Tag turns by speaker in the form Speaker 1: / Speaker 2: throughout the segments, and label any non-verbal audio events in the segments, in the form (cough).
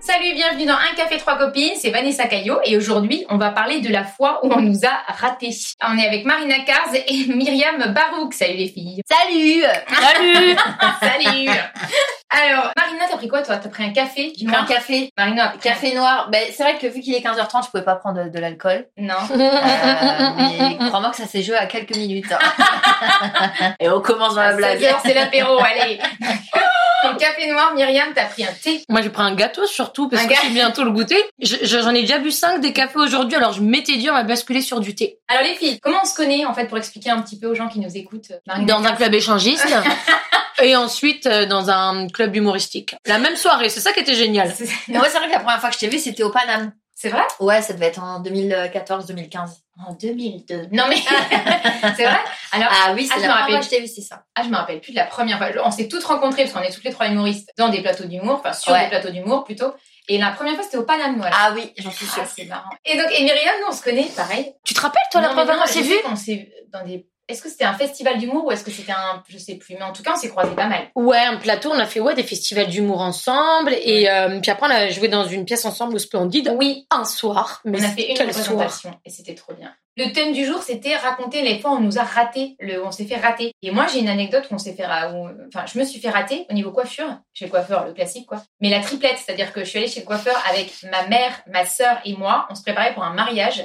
Speaker 1: Salut, bienvenue dans Un café, trois copines. C'est Vanessa Caillot et aujourd'hui, on va parler de la fois où on nous a ratés. On est avec Marina Karz et Myriam Barouk. Salut les filles.
Speaker 2: Salut
Speaker 3: Salut
Speaker 1: (laughs) Salut Alors, Marina, t'as pris quoi toi T'as pris un café du
Speaker 2: Je prends un café.
Speaker 1: Marina, a pris un-
Speaker 2: Café noir. Ben, c'est vrai que vu qu'il est 15h30, je pouvais pas prendre de, de l'alcool.
Speaker 1: Non.
Speaker 2: Euh, mais crois-moi que ça s'est joué à quelques minutes. hein. (laughs) Et on commence dans
Speaker 3: Ah,
Speaker 2: la blague.
Speaker 1: 16 heures, c'est
Speaker 3: (laughs)
Speaker 1: l'apéro, allez. Donc, café noir, Myriam, t'as pris un thé.
Speaker 3: (laughs) Moi, j'ai pris un gâteau surtout parce
Speaker 1: Un
Speaker 3: que
Speaker 1: gâ-
Speaker 3: c'est bientôt le goûter. Je- je- J'en ai déjà bu 5 des cafés aujourd'hui, alors je m'étais dit on va basculer sur du thé.
Speaker 1: Alors les filles, comment on se connaît en fait pour expliquer un petit peu aux gens qui nous écoutent euh, Marina
Speaker 3: Dans un club échangiste (laughs) et ensuite euh, dans un club humoristique. La même soirée, c'est ça qui était génial.
Speaker 1: C'est
Speaker 2: Mais moi, c'est vrai que la première fois que je t'ai vu, c'était au Paname.
Speaker 1: c'est vrai
Speaker 2: Ouais, ça devait être en 2014-2015. En 2002.
Speaker 1: Non mais (laughs) c'est vrai. Alors
Speaker 2: Ah oui, c'est
Speaker 1: Ah, je
Speaker 2: la
Speaker 1: me
Speaker 2: première
Speaker 1: rappelle.
Speaker 2: fois que je t'ai vu, c'est ça.
Speaker 1: ah, je me rappelle plus de la première fois. On s'est toutes rencontrées parce qu'on est toutes les trois humoristes dans des plateaux d'humour, enfin sur
Speaker 2: Ouais.
Speaker 1: des plateaux d'humour plutôt. Et la première fois c'était au Paname voilà.
Speaker 2: Ah oui, j'en suis sûre.
Speaker 1: Ah, c'est marrant. Et donc et Myriam, nous on se connaît pareil.
Speaker 3: Tu te rappelles toi la
Speaker 1: Non,
Speaker 3: première
Speaker 1: mais non,
Speaker 3: fois qu'on s'est
Speaker 1: je
Speaker 3: vu
Speaker 1: sais qu'on s'est dans des est-ce que c'était un festival d'humour ou est-ce que c'était un je sais plus mais en tout cas on s'est croisés pas mal.
Speaker 3: Ouais, un plateau, on a fait ouais des festivals d'humour ensemble et euh, puis après on a joué dans une pièce ensemble au Splendide
Speaker 1: Oui,
Speaker 3: un soir. Mais
Speaker 1: On a fait une
Speaker 3: quel soir
Speaker 1: représentation et c'était trop bien. Le thème du jour, c'était raconter les fois où on nous a raté, le, on s'est fait rater. Et moi, j'ai une anecdote où on s'est fait, ra- où- enfin, je me suis fait rater au niveau coiffure, chez le coiffeur, le classique, quoi. Mais la triplette, c'est-à-dire que je suis allée chez le coiffeur avec ma mère, ma sœur et moi. On se préparait pour un mariage.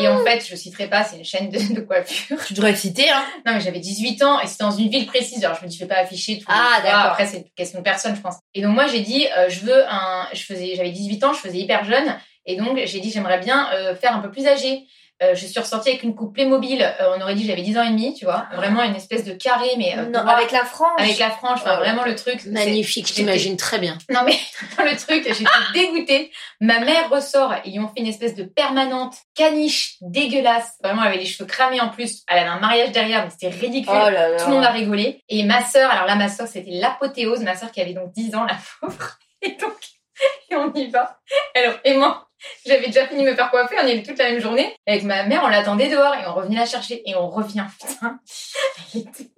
Speaker 1: Et en fait, je citerai pas, c'est une chaîne de, de coiffure.
Speaker 2: Tu devrais le citer, hein.
Speaker 1: Non, mais j'avais 18 ans et c'était dans une ville précise. Alors, je me dis, je vais pas afficher tout.
Speaker 2: Ah, d'accord.
Speaker 1: Après, c'est une question de personne, je pense. Et donc, moi, j'ai dit, euh, je veux un. je faisais, J'avais 18 ans, je faisais hyper jeune. Et donc, j'ai dit, j'aimerais bien euh, faire un peu plus âgé. Euh, je suis ressortie avec une coupe Playmobil. Euh, on aurait dit, que j'avais 10 ans et demi, tu vois. Vraiment une espèce de carré, mais euh,
Speaker 2: Ah. Non,
Speaker 1: droit,
Speaker 2: avec la frange.
Speaker 1: avec la frange. Enfin,
Speaker 2: Ouais.
Speaker 1: vraiment le truc. c'est-
Speaker 3: Magnifique, je t'imagine très bien.
Speaker 1: (laughs) non mais dans le truc, j'étais
Speaker 2: (laughs)
Speaker 1: dégoûtée. Ma mère ressort et ils ont fait une espèce de permanente caniche dégueulasse. Vraiment, elle avait les cheveux cramés en plus. Elle avait un mariage derrière, mais c'était ridicule.
Speaker 2: Oh là là.
Speaker 1: Tout le monde a rigolé. Et ma sœur, alors là, ma sœur, c'était l'apothéose. Ma sœur qui avait donc 10 ans, la pauvre. (laughs) Et donc, et on y va. Alors, et moi, j'avais déjà fini de me faire coiffer. On y allait toute la même journée. Avec ma mère, on l'attendait dehors et on revenait la chercher. Et on revient. Putain. Elle était-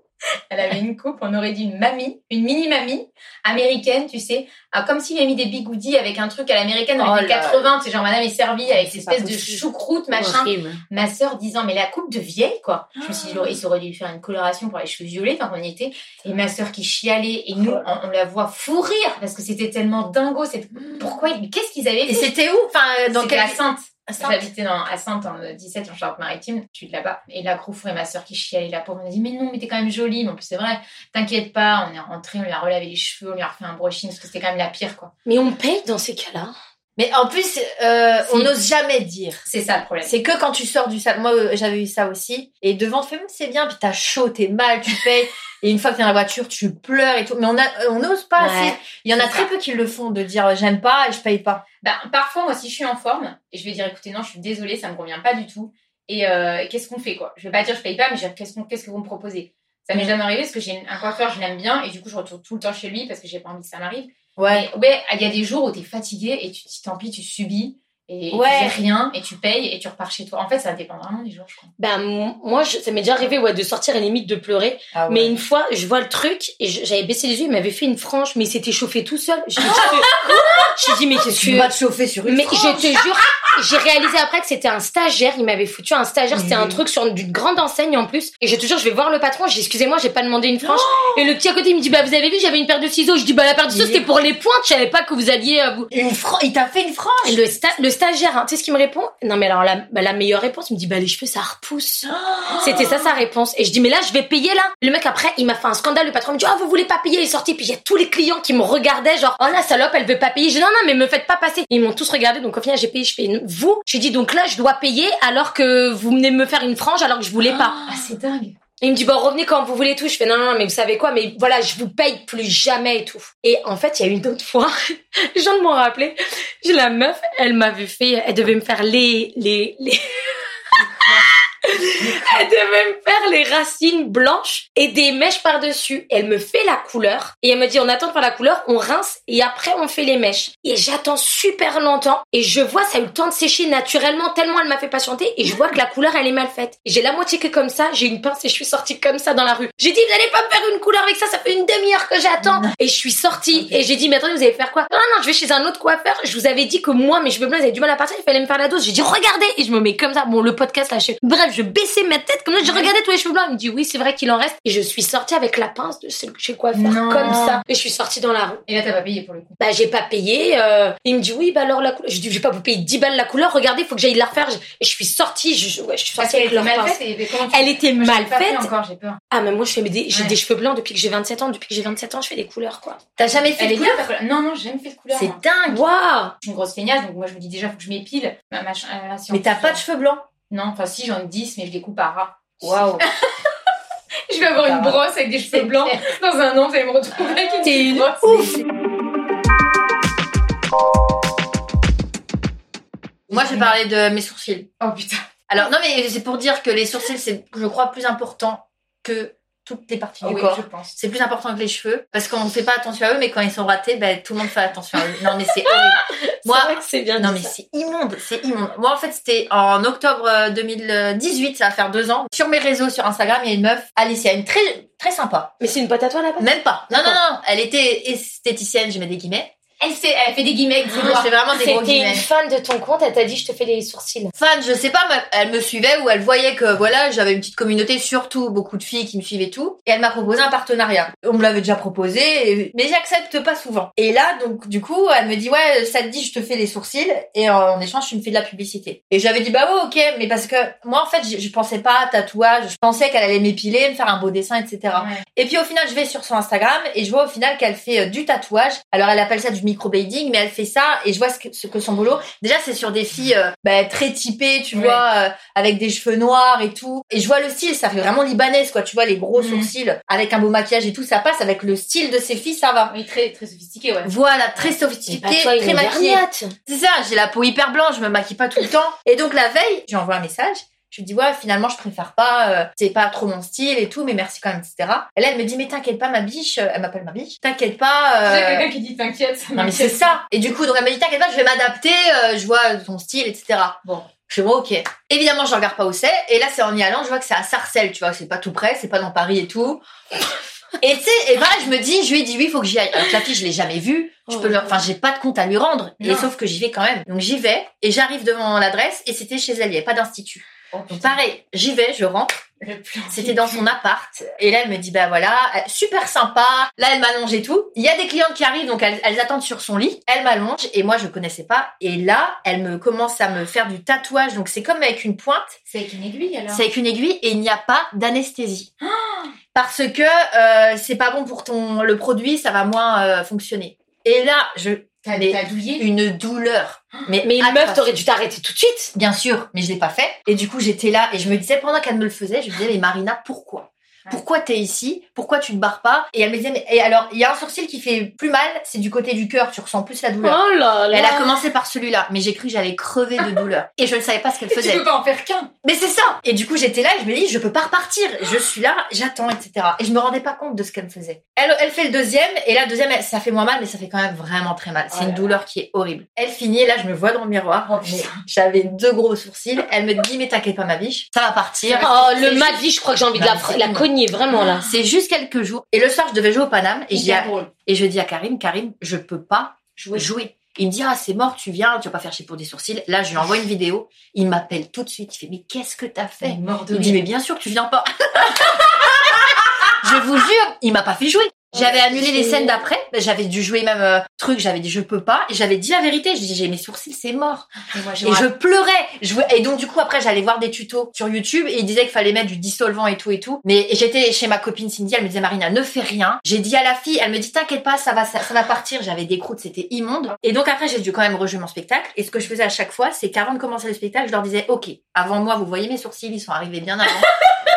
Speaker 1: Elle avait une coupe, on aurait dit une mamie, une mini-mamie américaine, tu sais. Ah, comme s'il avait mis des bigoudis avec un truc à l'américaine dans
Speaker 2: Oh
Speaker 1: les années
Speaker 2: là Oh,
Speaker 1: 80. C'est genre, madame est servie avec cette
Speaker 2: C'est pas
Speaker 1: espèce de
Speaker 2: possible.
Speaker 1: choucroute, machin.
Speaker 3: Horrible.
Speaker 1: Ma sœur disant, mais la coupe de vieille, quoi. Je me suis
Speaker 2: Ah.
Speaker 1: dit, il aurait dû faire une coloration pour les cheveux violets, enfin, on y était. Et ma sœur qui chialait, et nous, on, on la voit fou rire, parce que c'était tellement dingo. cette- Pourquoi, mais qu'est-ce qu'ils avaient
Speaker 2: Hmm. Et
Speaker 1: fait
Speaker 2: c'était où Enfin, dans
Speaker 1: C'était
Speaker 2: quel...
Speaker 1: à Sainte.
Speaker 2: Sainte.
Speaker 1: J'habitais dans- à Sainte, en euh, 17, en Charente-Maritime. Je suis de là-bas. Et la Croufou et ma sœur qui chialait la pauvre, on a dit, mais non, mais t'es quand même jolie. Mais en plus, c'est vrai. T'inquiète pas, on est rentré, on lui a relavé les cheveux, on lui a refait un brushing, parce que c'était quand même la pire, quoi.
Speaker 3: Mais on paye dans ces cas-là.
Speaker 2: Mais en plus, euh, on
Speaker 1: Si.
Speaker 2: n'ose jamais dire.
Speaker 1: C'est ça le problème.
Speaker 2: C'est que quand tu sors du salon, moi euh, j'avais eu ça aussi, et devant tu fais Hum, c'est bien, puis t'as chaud, t'es mal, (laughs) tu payes, et une fois que t'es dans la voiture, tu pleures et tout, mais on a, euh, on n'ose pas
Speaker 3: Ouais.
Speaker 2: assez. Il y en a
Speaker 1: C'est
Speaker 2: très
Speaker 1: ça.
Speaker 2: peu qui le font, de dire j'aime pas et je paye pas.
Speaker 1: Bah, parfois, moi, si je suis en forme, et je vais dire, écoutez, non, je suis désolée, ça me convient pas du tout. Et euh, qu'est-ce qu'on fait, quoi Je vais pas dire, je paye pas, mais je vais dire, qu'est-ce qu'on- qu'est-ce que vous me proposez Ça m'est
Speaker 2: Mm.
Speaker 1: jamais arrivé parce que j'ai un coiffeur, je l'aime bien, et du coup, je retourne tout le temps chez lui parce que j'ai pas envie que ça m'arrive.
Speaker 2: Ouais.
Speaker 1: Mais ouais, il y a des jours où t'es fatigué et tu te dis, tant pis, tu subis. Et
Speaker 2: Ouais.
Speaker 1: tu fais rien, et tu payes, et tu repars chez toi. En fait, ça dépend vraiment des jours, je crois.
Speaker 3: Ben, m- moi, je- ça m'est déjà arrivé ouais, de sortir et limite de pleurer.
Speaker 2: Ah ouais.
Speaker 3: Mais une fois, je vois le truc et je- j'avais baissé les yeux, il m'avait fait une frange, mais il s'était chauffé tout seul. J'ai dit,
Speaker 2: (laughs)
Speaker 3: j'ai dit, mais qu'est-ce
Speaker 2: tu
Speaker 3: que.
Speaker 2: vas te chauffer sur une
Speaker 3: Mais
Speaker 2: frange.
Speaker 3: je te jure, j'ai réalisé après que c'était un stagiaire. Il m'avait foutu un stagiaire. C'était un truc sur d'une grande enseigne en plus. Et je te jure, je vais voir le patron. J'ai dit, excusez-moi, j'ai pas demandé une frange. et le petit à côté, il me dit, bah vous avez vu, j'avais une paire de ciseaux. Je dis, bah la paire de ciseaux,
Speaker 2: Il est-
Speaker 3: c'était pour les pointes. Je savais pas que vous alliez euh, vous.
Speaker 2: Une frange, il t'a fait une frange.
Speaker 3: Le, sta- le stagiaire, hein, tu sais ce qu'il me répond Non, mais alors la, bah, la meilleure réponse, il me dit Bah les cheveux, ça repousse. C'était ça sa réponse. Et je dis Mais là, je vais payer là. Le mec, après, il m'a fait un scandale. Le patron me dit Ah, vous voulez pas payer Il est sorti. Puis il y a tous les clients qui me regardaient, genre Oh la salope, elle veut pas payer. J'ai dit Non, non, mais me faites pas passer. Ils m'ont tous regardé. Donc au final, j'ai payé. Je fais Vous Je dis Donc là, je dois payer alors que vous venez me faire une frange alors que je voulais pas.
Speaker 1: Ah, c'est dingue.
Speaker 3: Et il me dit, bon, revenez quand vous voulez et tout. Je fais, non, non, non, mais vous savez quoi, mais voilà, je vous paye plus jamais et tout. Et en fait, il y a une autre fois, (laughs) je viens de m'en rappeler, j'ai la meuf, elle m'avait fait, elle devait me faire les, les, les, (laughs) Elle devait me faire les racines blanches et des mèches par-dessus. Elle me fait la couleur et elle me dit on attend de faire la couleur, on rince et après on fait les mèches. Et j'attends super longtemps et je vois ça a eu le temps de sécher naturellement tellement elle m'a fait patienter et je vois que la couleur elle est mal faite. J'ai la moitié qui est comme ça, j'ai une pince et je suis sortie comme ça dans la rue. J'ai dit vous allez pas me faire une couleur avec ça, ça fait une demi-heure que j'attends et je suis sortie et j'ai dit mais attendez vous allez faire quoi Non non je vais chez un autre coiffeur, je vous avais dit que moi mes cheveux blancs ils avaient du mal à partir, il fallait me faire la dose. J'ai dit regardez et je me mets comme ça. Bon le podcast là je... bref je baissais ma tête comme ça, je regardais tous les cheveux blancs. Il me dit oui c'est vrai qu'il en reste et je suis sortie avec la pince de celle que chez le coiffeur
Speaker 1: Non.
Speaker 3: comme ça et je suis sortie dans la rue.
Speaker 1: Et là, t'as pas payé pour le coup.
Speaker 3: Bah j'ai pas payé. euh, Il me dit oui bah alors la couleur. Je dis je vais pas vous payer 10 balles la couleur. Regardez faut que j'aille la refaire. Je, je suis sortie. Je, ouais, je suis
Speaker 1: Parce
Speaker 3: sortie avec
Speaker 1: qu'elle est
Speaker 3: leur
Speaker 1: mal
Speaker 3: pince.
Speaker 1: faite et- mais comment tu-
Speaker 3: Elle était
Speaker 1: Moi, je l'ai
Speaker 3: mal
Speaker 1: pas fait
Speaker 3: faite.
Speaker 1: encore, j'ai peur.
Speaker 3: Ah mais moi je fais des, j'ai
Speaker 1: Ouais.
Speaker 3: des cheveux blancs depuis que j'ai 27 ans. Depuis que j'ai 27 ans je fais des couleurs quoi.
Speaker 2: T'as jamais fait
Speaker 1: Elle
Speaker 2: de
Speaker 1: est bien
Speaker 2: couleur
Speaker 1: ta couleur. Non, non, j'ai jamais fait de couleur.
Speaker 2: C'est
Speaker 1: moi.
Speaker 2: dingue.
Speaker 3: Waouh.
Speaker 1: Je suis une grosse feignasse, donc moi je me dis déjà, faut que je m'épile. Bah, machin, euh, là, si on-
Speaker 2: Mais t'as pas de cheveux blancs.
Speaker 1: Non, enfin si, j'en ai 10, mais je les coupe à ras.
Speaker 2: (laughs) Waouh.
Speaker 1: (laughs) Je vais avoir
Speaker 2: Ah.
Speaker 1: une brosse avec des cheveux blancs. Dans un an, vous allez me retrouver avec une
Speaker 3: T'es une
Speaker 1: brosse.
Speaker 3: ouf.
Speaker 2: Moi, je vais parler de mes sourcils.
Speaker 1: Oh putain.
Speaker 2: Alors, non, mais c'est pour dire que les sourcils, c'est, je crois, plus important que toutes les parties
Speaker 1: Oh,
Speaker 2: du
Speaker 1: oui,
Speaker 2: corps.
Speaker 1: je pense.
Speaker 2: C'est plus important que les cheveux parce qu'on fait pas attention à eux, mais quand ils sont ratés, ben, tout le monde fait attention à eux. Non, mais c'est horrible. Moi,
Speaker 3: (laughs) c'est vrai que c'est bien.
Speaker 2: non,
Speaker 3: dit,
Speaker 2: mais
Speaker 3: ça.
Speaker 2: c'est immonde, c'est immonde. Moi, en fait, c'était en octobre euh, 2018, ça va faire deux ans. Sur mes réseaux, sur Instagram, il y a une meuf, Alicia, une très, très sympa.
Speaker 3: mais c'est une pote à toi là bas.
Speaker 2: Même pas. Non, non, non. Elle était esthéticienne, je mets des guillemets.
Speaker 1: Elle, s'est- elle fait des guillemets avec ses
Speaker 2: Je
Speaker 1: doigts.
Speaker 2: fais vraiment des gros
Speaker 3: C'était une
Speaker 2: guillemets.
Speaker 3: fan de ton compte. Elle t'a dit je te fais les sourcils.
Speaker 2: fan, je sais pas, mais elle me suivait ou elle voyait que voilà, j'avais une petite communauté, surtout beaucoup de filles qui me suivaient et tout. Et elle m'a proposé un partenariat. On me l'avait déjà proposé, et- mais j'accepte pas souvent. Et là, donc du coup, elle me dit ouais, ça te dit, je te fais les sourcils et en échange, tu me fais de la publicité. Et j'avais dit bah ouais, ok, mais parce que moi en fait, je, je pensais pas à tatouage, je pensais qu'elle allait m'épiler, me faire un beau dessin, etc.
Speaker 1: Ouais.
Speaker 2: Et puis au final, je vais sur son Instagram et je vois au final qu'elle fait euh, du tatouage. Alors elle appelle ça du microblading, mais elle fait ça et je vois ce que, ce que son boulot. Déjà, c'est sur des filles euh, bah, très typées, tu
Speaker 1: Ouais.
Speaker 2: vois, euh, avec des cheveux noirs et tout. Et je vois le style, ça fait vraiment libanaise, quoi. Tu vois les gros
Speaker 1: Mhm.
Speaker 2: sourcils avec un beau maquillage et tout, ça passe. Avec le style de ces filles, ça va.
Speaker 1: Oui, très, très sophistiqué, ouais.
Speaker 2: Voilà, très
Speaker 3: Mais
Speaker 2: sophistiqué,
Speaker 3: pas Bah, toi, une
Speaker 2: très maquillée.
Speaker 3: vergnate.
Speaker 2: C'est ça, j'ai la peau hyper blanche, je me maquille pas tout le temps. Et donc la veille, j'ai envoyé un message. Je lui dis ouais finalement je préfère pas, euh, c'est pas trop mon style et tout, mais merci quand même etc. Et là elle me dit mais t'inquiète pas ma biche, euh, elle m'appelle ma biche, t'inquiète pas.
Speaker 1: Tu
Speaker 2: euh,
Speaker 1: sais, (laughs) quelqu'un qui dit t'inquiète. ça
Speaker 2: Non mais
Speaker 1: m'inquiète.
Speaker 2: c'est ça. Et du coup donc elle m'a dit t'inquiète pas je vais m'adapter, euh, je vois ton style etc.
Speaker 1: Bon.
Speaker 2: Je fais bon ok. Évidemment je regarde pas où c'est et là c'est en y allant je vois que c'est à Sarcelles tu vois c'est pas tout près c'est pas dans Paris et tout. Et tu sais, et voilà, je me dis, je lui ai dit oui, faut que j'y aille. Alors que la fille, je l'ai jamais vue. Je peux lui- enfin, j'ai pas de compte à lui rendre. Et
Speaker 1: Non.
Speaker 2: sauf que j'y vais quand même. Donc j'y vais et j'arrive devant l'adresse et c'était chez elle. Il n'y avait pas d'institut.
Speaker 1: Oh,
Speaker 2: Donc
Speaker 1: putain.
Speaker 2: pareil, j'y vais, je rentre.
Speaker 1: Le plan.
Speaker 2: C'était dans son appart. Et là, elle me dit, bah voilà, euh, super sympa. Là, elle m'allonge et tout. Il y a des clientes qui arrivent, donc elles, elles attendent sur son lit. Elle m'allonge et moi, je connaissais pas. Et là, elle me commence à me faire du tatouage. Donc c'est comme avec une pointe.
Speaker 1: C'est avec une aiguille alors.
Speaker 2: C'est avec une aiguille et il n'y a pas d'anesthésie. Parce que euh, c'est pas bon pour ton le produit, ça va moins euh, fonctionner. Et là, je
Speaker 1: T'as
Speaker 2: Mais-
Speaker 1: t'as douillé.
Speaker 2: une douleur. Mais,
Speaker 3: Mais
Speaker 2: atroce.
Speaker 3: meuf t'aurais dû t'arrêter tout de suite.
Speaker 2: bien sûr, mais je l'ai pas fait. Et du coup, j'étais là et je me disais pendant qu'elle me le faisait, je me disais mais Marina, pourquoi Pourquoi t'es ici Pourquoi tu te barres pas Et elle me disait mais et alors il y a un sourcil qui fait plus mal, c'est du côté du cœur, tu ressens plus la douleur.
Speaker 3: Oh là
Speaker 2: Elle a commencé par celui-là, mais j'ai cru que j'allais crever de
Speaker 3: (laughs)
Speaker 2: douleur. Et je ne savais pas ce qu'elle
Speaker 1: Tu
Speaker 2: faisait.
Speaker 1: peux pas en faire qu'un.
Speaker 2: Mais c'est ça Et du coup, j'étais là et je me dis, je peux pas repartir. Je suis là, j'attends, etc. Et je me rendais pas compte de ce qu'elle me faisait. Elle, elle fait le deuxième, et là, le deuxième, elle- ça fait moins mal, mais ça fait quand même vraiment très mal. C'est
Speaker 3: Oh là
Speaker 2: une douleur qui est horrible. Elle finit, et là, je me vois dans le miroir.
Speaker 1: Oh,
Speaker 2: mais
Speaker 1: putain.
Speaker 2: (laughs) J'avais deux gros sourcils. Elle me dit, mais t'inquiète pas, ma biche, ça va partir.
Speaker 3: Oh le
Speaker 2: C'est
Speaker 3: maquis je crois que j'ai envie de la,
Speaker 2: Non, mais
Speaker 3: la
Speaker 2: Bah, c'est-
Speaker 3: cogner vraiment là.
Speaker 2: C'est juste quelques jours. Et le soir, je devais jouer au Paname, et je dis à,
Speaker 1: Hyper drôle.
Speaker 2: et je dis à Karim, Karim, je peux pas jouer. jouer. Il me dit, ah, c'est mort, tu viens, tu vas pas faire chier pour des sourcils. Là, je lui envoie une vidéo. Il m'appelle tout de suite. Il fait, mais qu'est-ce que t'as fait?
Speaker 1: T'es mort de
Speaker 2: Il dit
Speaker 1: rire.
Speaker 2: mais bien sûr que tu viens pas. je vous jure, il m'a pas fait jouer. J'avais annulé les scènes d'après, mais j'avais dû jouer même euh, truc, j'avais dit je peux pas et j'avais dit la vérité, je dis j'ai mes sourcils, c'est mort.
Speaker 1: Et moi, j'ai
Speaker 2: Et je pleurais. Je voulais- et donc du coup après j'allais voir des tutos sur YouTube et ils disaient qu'il fallait mettre du dissolvant et tout et tout. Mais et j'étais chez ma copine Cindy, elle me disait Marina ne fais rien. J'ai dit à la fille, elle me dit t'inquiète pas, ça va ça, ça va partir. J'avais des croûtes, c'était immonde. Et donc après j'ai dû quand même rejouer mon spectacle et ce que je faisais à chaque fois, c'est qu'avant de commencer le spectacle, je leur disais OK, avant moi vous voyez mes sourcils, ils sont arrivés bien avant.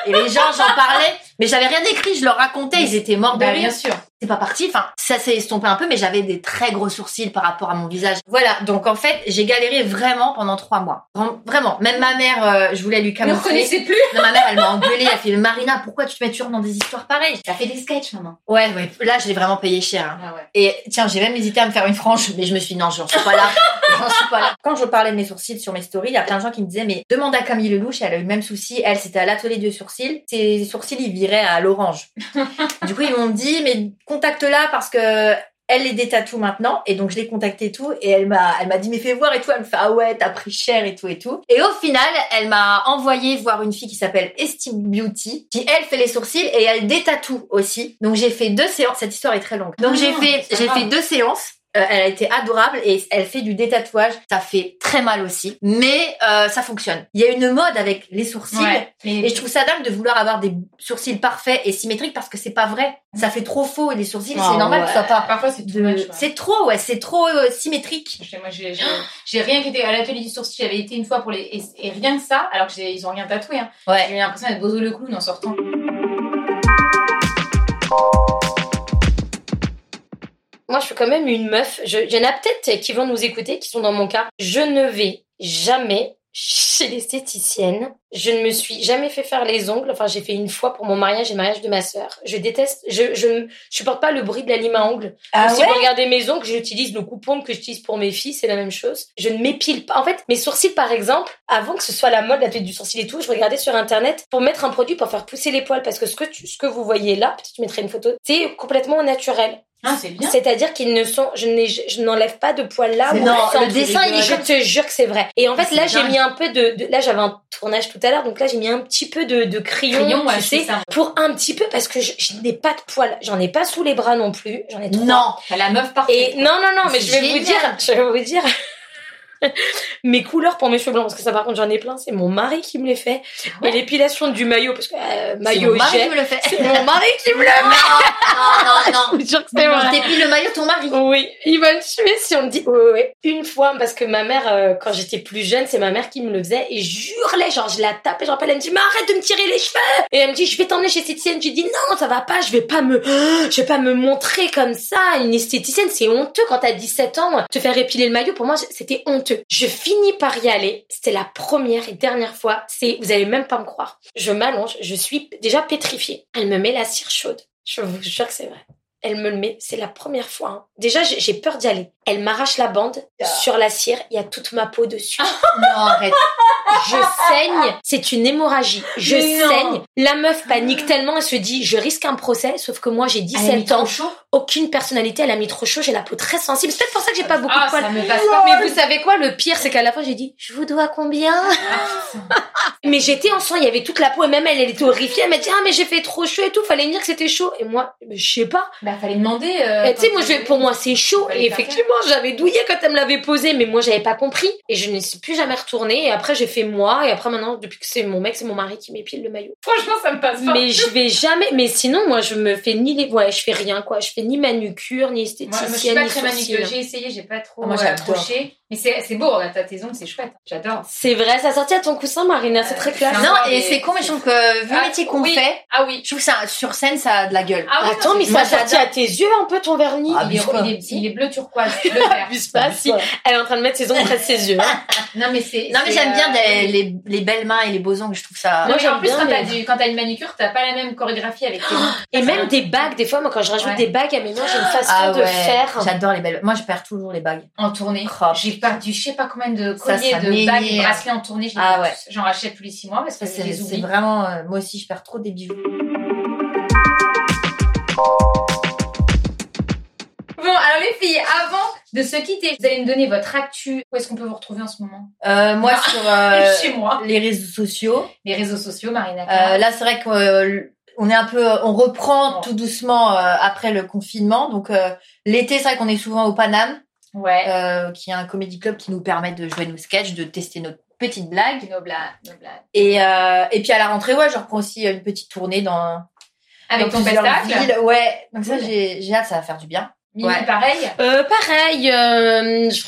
Speaker 2: et les gens j'en parlais, mais j'avais rien écrit, je leur racontais, ils étaient morts de
Speaker 1: Bah,
Speaker 2: rire.
Speaker 1: bien sûr.
Speaker 2: c'est pas parti. Enfin, ça s'est estompé un peu, mais j'avais des très gros sourcils par rapport à mon visage. Voilà. Donc, en fait, j'ai galéré vraiment pendant trois mois. Vra- Vraiment. Même ma mère, euh, je voulais lui
Speaker 1: Ne
Speaker 2: camoufler.
Speaker 1: reconnaissez plus.
Speaker 2: Non, ma mère, elle m'a engueulée. Elle fait, Marina, pourquoi tu te mets toujours dans des histoires pareilles?
Speaker 1: T'as fait des sketchs, maman.
Speaker 2: Ouais, ouais. Là, je l'ai vraiment payé cher. hein.
Speaker 1: Ah ouais.
Speaker 2: Et tiens, j'ai même hésité à me faire une frange, mais je me suis dit, non, j'en suis pas là. J'en suis pas là. Quand je parlais de mes sourcils sur mes stories, il y a plein de gens qui me disaient, mais demande à Camille Lelouch, elle a eu le même souci. Elle, c'était à l'atelier de sourcils. Ses sourcils, ils viraient à l'orange. du coup, ils m'ont dit, mais contacte-la parce que elle les détatoue maintenant. Et donc, je l'ai contactée et tout. Et elle m'a, elle m'a dit, mais fais voir et tout. Elle me fait, ah ouais, t'as pris cher et tout et tout. Et au final, elle m'a envoyé voir une fille qui s'appelle Esti Beauty, qui elle fait les sourcils et elle détatoue aussi. Donc, j'ai fait deux séances. Cette histoire est très longue. Donc,
Speaker 1: Non,
Speaker 2: j'ai
Speaker 1: non,
Speaker 2: fait,
Speaker 1: c'est
Speaker 2: j'ai
Speaker 1: pas
Speaker 2: fait
Speaker 1: grave.
Speaker 2: deux séances. Euh, elle a été adorable et elle fait du détatouage. Ça fait très mal aussi, mais euh, ça fonctionne. Il y a une mode avec les sourcils.
Speaker 1: Ouais.
Speaker 2: Et je trouve ça dingue de vouloir avoir des sourcils parfaits et symétriques parce que c'est pas vrai. Ça fait trop faux et les sourcils,
Speaker 3: Ah
Speaker 2: c'est normal
Speaker 3: ouais.
Speaker 2: que ce soit pas.
Speaker 1: Parfois, c'est
Speaker 2: de-
Speaker 1: too much, ouais.
Speaker 2: C'est trop, ouais, c'est trop euh, symétrique.
Speaker 1: Je sais, Moi, j'ai j'ai- j'ai rien qui était à l'atelier du sourcil. J'avais été une fois pour les et, et rien que ça, alors que j'ai- ils ont rien tatoué. Hein.
Speaker 2: Ouais.
Speaker 1: J'ai eu l'impression d'être Bozo le clown en sortant.
Speaker 3: Moi, je suis quand même une meuf. Je, il y en a peut-être qui vont nous écouter, qui sont dans mon cas. Je ne vais jamais chez l'esthéticienne. Je ne me suis jamais fait faire les ongles. Enfin, j'ai fait une fois pour mon mariage et le mariage de ma sœur. Je déteste, je, je ne supporte pas le bruit de la lime à ongles.
Speaker 2: Ah
Speaker 3: Donc, Si vous regardez mes ongles, j'utilise le coupon que j'utilise pour mes filles, c'est la même chose. Je ne m'épile pas. En fait, mes sourcils, par exemple, avant que ce soit la mode, la tête du sourcil et tout, je regardais sur internet pour mettre un produit pour faire pousser les poils parce que ce que tu, ce que vous voyez là, peut-être je mettrai une photo, c'est complètement naturel.
Speaker 1: Ah, c'est bien.
Speaker 3: C'est-à-dire qu'ils ne sont, je n'ai- je n'enlève pas de poils là.
Speaker 2: C'est
Speaker 3: ou
Speaker 2: non, le
Speaker 3: sans
Speaker 2: dessin,
Speaker 3: poils.
Speaker 2: il est
Speaker 3: Je te jure que c'est vrai. Et en
Speaker 1: Ah, c'est
Speaker 3: fait, là, j'ai
Speaker 1: dingue.
Speaker 3: mis un peu de, de- là, j'avais un tournage tout à l'heure, donc là, j'ai mis un petit peu de, de crayon,
Speaker 1: Crayon, ouais,
Speaker 3: tu
Speaker 1: je
Speaker 3: sais,
Speaker 1: fais ça.
Speaker 3: pour un petit peu parce que je, je n'ai pas de poils. J'en ai pas sous les bras non plus. J'en ai trois.
Speaker 2: Non,
Speaker 1: T'as la meuf parfaite.
Speaker 3: Et non, non, non, mais je vais
Speaker 2: Génial.
Speaker 3: vous dire, je vais vous dire (laughs) mes couleurs pour mes cheveux blancs, parce que ça, par contre, j'en ai plein. C'est mon mari qui me les fait.
Speaker 1: ouais
Speaker 3: Et l'épilation du maillot, parce que euh,
Speaker 2: Ah c'est
Speaker 3: maillot,
Speaker 2: mon mari
Speaker 3: j'ai.
Speaker 2: qui me le fait.
Speaker 3: C'est mon mari qui me le
Speaker 2: Non, non, non, non.
Speaker 3: Je vous jure que c'est
Speaker 2: Je
Speaker 3: vrai.
Speaker 2: t'épile le maillot de ton mari.
Speaker 3: Oui, il va me tuer si on me dit. Oui, oui, oui. Une fois, parce que ma mère, euh, quand j'étais plus jeune, c'est ma mère qui me le faisait et j'hurlais, genre je la tapais, je rappelle, elle me dit mais arrête de me tirer les cheveux. Et elle me dit je vais t'emmener chez l'esthéticienne. Je dis non, ça va pas, je vais pas me, (gasps) je vais pas me montrer comme ça. à Une esthéticienne, c'est honteux quand t'as 17 ans, te faire épiler le maillot. Pour moi, c'était honteux. Je finis par y aller. C'était la première et dernière fois. C'est, vous allez même pas me croire. Je m'allonge, je suis déjà pétrifiée. Elle me met la cire chaude. Je vous jure que c'est vrai. Elle me le met, c'est la première fois. hein. Déjà, j'ai j'ai peur d'y aller. Elle m'arrache la bande
Speaker 2: Ah.
Speaker 3: sur la cire, il y a toute ma peau dessus.
Speaker 1: Ah.
Speaker 2: Non, arrête.
Speaker 3: Je saigne, c'est une hémorragie. Je
Speaker 1: Mais non.
Speaker 3: saigne. La meuf panique tellement, elle se dit, je risque un procès, sauf que
Speaker 1: Ah,
Speaker 3: moi j'ai 17 ans,
Speaker 1: chaud.
Speaker 3: aucune personnalité, elle a mis trop chaud, j'ai la peau très sensible. C'est peut-être pour ça que j'ai pas beaucoup
Speaker 1: Ah,
Speaker 3: de poils.
Speaker 1: ça me passe pas.
Speaker 3: Mais vous savez quoi, le pire, c'est qu'à la fin, j'ai dit, je vous dois combien
Speaker 1: Ah.
Speaker 3: Mais j'étais en sang, il y avait toute la peau, et même elle, elle était horrifiée, elle m'a dit, ah mais j'ai fait trop chaud et tout, fallait me dire que c'était chaud. Et moi, je sais pas.
Speaker 1: Bah, fallait demander. euh,
Speaker 3: Et
Speaker 2: Eh,
Speaker 3: tu sais,
Speaker 1: quand
Speaker 3: moi,
Speaker 1: t'es-
Speaker 3: je, pour moi, c'est chaud.
Speaker 1: Fallait
Speaker 3: Et
Speaker 1: faire
Speaker 3: effectivement, j'avais douillé quand elle me l'avait posé, mais moi, j'avais pas compris. Et je ne suis plus jamais retournée. Et après, j'ai fait moi. Et après, maintenant, depuis que c'est mon mec, c'est mon mari qui m'épile le maillot.
Speaker 1: Franchement, ça me passe pas.
Speaker 3: Mais je vais jamais. Mais sinon, moi, je me fais ni les. Ouais, je fais rien, quoi. Je fais ni manucure, ni
Speaker 1: Moi,
Speaker 3: esthéticienne,
Speaker 1: moi, je suis pas
Speaker 3: ni
Speaker 1: très
Speaker 3: sourcil.
Speaker 1: manucure. J'ai essayé, j'ai pas trop
Speaker 2: Ah, moi,
Speaker 1: euh,
Speaker 2: j'adore.
Speaker 1: accroché. Mais c'est c'est beau, regarde, t'as tes ongles, c'est chouette. J'adore.
Speaker 3: C'est vrai, ça sortit à ton coussin, Marina. C'est très clair.
Speaker 1: Non,
Speaker 2: Non,
Speaker 1: mais
Speaker 2: et c'est con, mais je trouve que vu le
Speaker 1: Ah,
Speaker 2: métier qu'on
Speaker 1: oui.
Speaker 2: fait,
Speaker 1: Ah oui.
Speaker 2: je trouve que ça, sur scène, ça a de la gueule.
Speaker 1: Ah oui, non,
Speaker 3: Attends, mais
Speaker 1: c'est-
Speaker 2: Moi,
Speaker 3: ça sortit à
Speaker 2: j'adore.
Speaker 3: tes yeux un peu ton vernis.
Speaker 2: Ah,
Speaker 1: il, est,
Speaker 2: abuse pas.
Speaker 1: il est- il est bleu
Speaker 2: (laughs)
Speaker 1: turquoise, bleu vert.
Speaker 3: Abuse pas si elle est en train de mettre ses ongles près de ses yeux.
Speaker 1: Ah.
Speaker 3: hein.
Speaker 1: Non mais c'est.
Speaker 2: Non, mais
Speaker 1: c'est,
Speaker 2: j'aime
Speaker 1: euh,
Speaker 2: bien les, les, les belles mains et les beaux ongles, je trouve ça.
Speaker 1: Non,
Speaker 3: Moi,
Speaker 1: mais en
Speaker 3: j'aime
Speaker 1: plus
Speaker 3: bien
Speaker 1: quand
Speaker 3: les-
Speaker 1: t'as du- quand t'as une manucure, t'as pas la même chorégraphie avec tes mains.
Speaker 3: Et
Speaker 1: Ça,
Speaker 3: même
Speaker 1: c'est
Speaker 3: des bagues, des fois, moi, quand je rajoute
Speaker 1: Ouais. Ah
Speaker 3: des bagues à mes mains, j'ai une façon de faire.
Speaker 2: Ah J'adore les belles. Moi, je perds toujours les bagues.
Speaker 1: En tournée.
Speaker 2: Oh,
Speaker 1: J'ai perdu je sais pas combien de
Speaker 2: Ça,
Speaker 1: colliers,
Speaker 2: ça
Speaker 1: de bagues, de
Speaker 2: m'énerve.
Speaker 1: bracelets en tournée. je les
Speaker 2: Ah
Speaker 1: ai
Speaker 2: ouais.
Speaker 1: tous. J'en rachète tous les six mois parce que
Speaker 2: Ça,
Speaker 1: je
Speaker 2: c'est
Speaker 1: les
Speaker 2: c'est
Speaker 1: oublie.
Speaker 2: vraiment. euh, moi aussi, je perds trop des bijoux.
Speaker 1: Bon, alors les filles, avant de se quitter, vous allez me donner votre actu. Où est-ce qu'on peut vous retrouver en ce moment
Speaker 2: Euh, moi,
Speaker 1: Non. (laughs)
Speaker 2: sur euh,
Speaker 1: Chez moi.
Speaker 2: les réseaux sociaux,
Speaker 1: Les réseaux sociaux, Marina.
Speaker 2: euh, là, c'est vrai qu'on euh, on est un peu, on reprend
Speaker 1: Ah. Bon.
Speaker 2: tout doucement euh, après le confinement. Donc euh, l'été, c'est vrai qu'on est souvent au Paname,
Speaker 1: ouais.
Speaker 2: euh, qui est un comédie club qui nous permet de jouer nos sketchs, de tester nos petites blagues.
Speaker 1: Nos blagues, nos blagues.
Speaker 2: Et, euh, et puis à la rentrée, ouais, je reprends aussi euh, une petite tournée dans,
Speaker 1: Avec
Speaker 2: dans
Speaker 1: ton
Speaker 2: plusieurs
Speaker 1: spectacle.
Speaker 2: villes. Ouais, donc ça,
Speaker 1: Cool.
Speaker 2: j'ai j'ai hâte, ça va faire du bien.
Speaker 1: Mimi,
Speaker 2: Ouais.
Speaker 1: pareil.
Speaker 3: Euh, pareil, euh, je...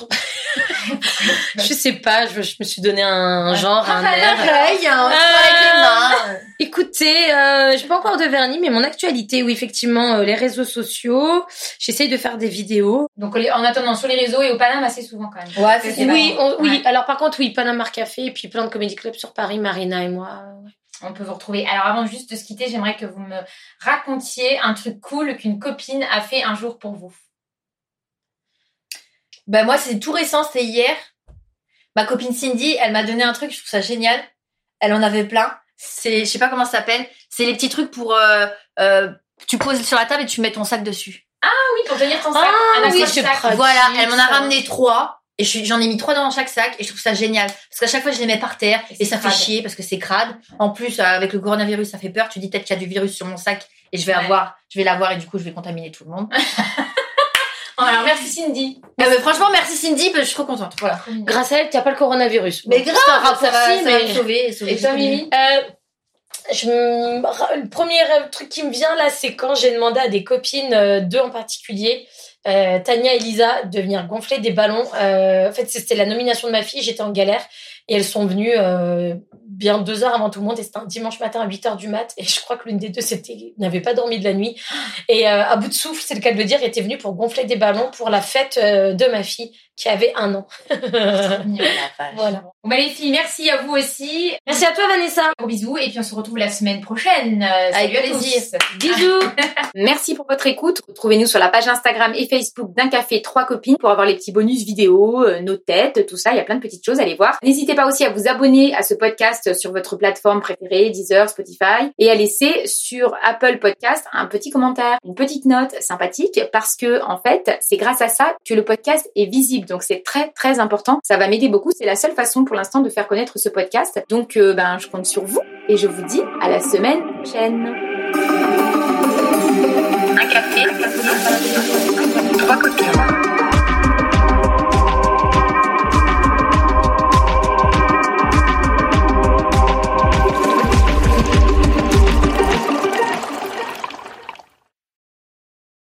Speaker 3: (laughs) je sais pas, je, je me suis donné un genre, un air.
Speaker 1: (laughs)
Speaker 2: Pareil, hein,
Speaker 3: Ah.
Speaker 2: avec les mains.
Speaker 3: Écoutez, euh, j'ai pas encore de vernis, mais mon actualité, oui, effectivement, euh, les réseaux sociaux. J'essaye de faire des vidéos.
Speaker 1: Donc on les- en attendant sur les réseaux et au Paname assez souvent quand même.
Speaker 2: Ouais,
Speaker 1: c'est-
Speaker 2: c'est
Speaker 1: c'est
Speaker 2: oui.
Speaker 3: Oui, on- oui.
Speaker 1: Ouais.
Speaker 3: Alors par contre, oui, Panama Café et puis plein de comédie clubs sur Paris, Marina et moi.
Speaker 1: On peut vous retrouver. Alors avant juste de se quitter, j'aimerais que vous me racontiez un truc cool qu'une copine a fait un jour pour vous.
Speaker 2: Bah moi c'est tout récent, c'était hier. Ma copine Cindy, elle m'a donné un truc, je trouve ça génial. Elle en avait plein. C'est, je sais pas comment ça s'appelle. C'est les petits trucs pour euh, euh, tu poses sur la table et tu mets ton sac dessus.
Speaker 1: Ah oui, pour tenir ton sac.
Speaker 3: Ah
Speaker 1: un
Speaker 3: oui,
Speaker 1: accroche
Speaker 3: je
Speaker 1: sac.
Speaker 3: prends. Ah,
Speaker 2: voilà,
Speaker 3: si,
Speaker 2: elle m'en a
Speaker 3: ça.
Speaker 2: ramené trois. Et je suis- j'en ai mis trois dans chaque sac et je trouve ça génial parce qu'à chaque fois je les mets par terre
Speaker 1: Et
Speaker 2: et,
Speaker 1: c'est
Speaker 2: ça
Speaker 1: crade.
Speaker 2: fait chier parce que c'est crade. En plus euh, avec le coronavirus ça fait peur. Tu dis peut-être qu'il y a du virus sur mon sac et je vais
Speaker 1: Ouais.
Speaker 2: avoir, je vais l'avoir et du coup je vais contaminer tout le monde. (laughs)
Speaker 1: Oh, Alors merci Cindy.
Speaker 2: Ah, mais franchement merci Cindy, parce que je suis trop contente. Voilà.
Speaker 1: Trop mignon.
Speaker 3: Grâce à elle, t'as pas le coronavirus.
Speaker 2: Mais
Speaker 3: Bon,
Speaker 2: grave,
Speaker 3: c'est un
Speaker 2: ça va,
Speaker 3: raccourci,
Speaker 2: euh, ça va me
Speaker 3: mais-
Speaker 2: sauver. sauver
Speaker 1: Et toi
Speaker 2: beaucoup de
Speaker 1: Mimi
Speaker 3: Euh, je me- le premier rêve- truc qui me vient là, c'est quand j'ai demandé à des copines, euh, deux en particulier, euh, Tania et Lisa, de venir gonfler des ballons. Euh, en fait, c'était la nomination de ma fille, j'étais en galère. Et elles sont venues euh, bien deux heures avant tout le monde. Et c'était un dimanche matin à 8 heures du mat. Et je crois que l'une des deux c'était n'avait pas dormi de la nuit. Et euh, à bout de souffle, c'est le cas de le dire, était venue pour gonfler des ballons pour la fête euh, de ma fille qui avait un an. (laughs)
Speaker 1: Mignon.
Speaker 3: voilà.
Speaker 1: Bon, bah, les filles, merci à vous aussi.
Speaker 3: Merci à toi, Vanessa.
Speaker 1: Gros bisous et puis on se retrouve la semaine prochaine. Euh, salut
Speaker 2: Avec
Speaker 1: à
Speaker 2: plaisir.
Speaker 1: tous.
Speaker 2: (laughs)
Speaker 4: Bisous Merci pour votre écoute. Retrouvez-nous sur la page Instagram et Facebook d'un café trois copines pour avoir les petits bonus vidéo, euh, nos têtes, tout ça. Il y a plein de petites choses à aller voir. N'hésitez pas aussi à vous abonner à ce podcast sur votre plateforme préférée, Deezer, Spotify, et à laisser sur Apple Podcast un petit commentaire, une petite note sympathique parce que, en fait, c'est grâce à ça que le podcast est visible. Donc, c'est très, très important. Ça va m'aider beaucoup. C'est la seule façon pour l'instant de faire connaître ce podcast. Donc, euh, ben, je compte sur vous et je vous dis à la semaine prochaine.
Speaker 5: un café, trois copines.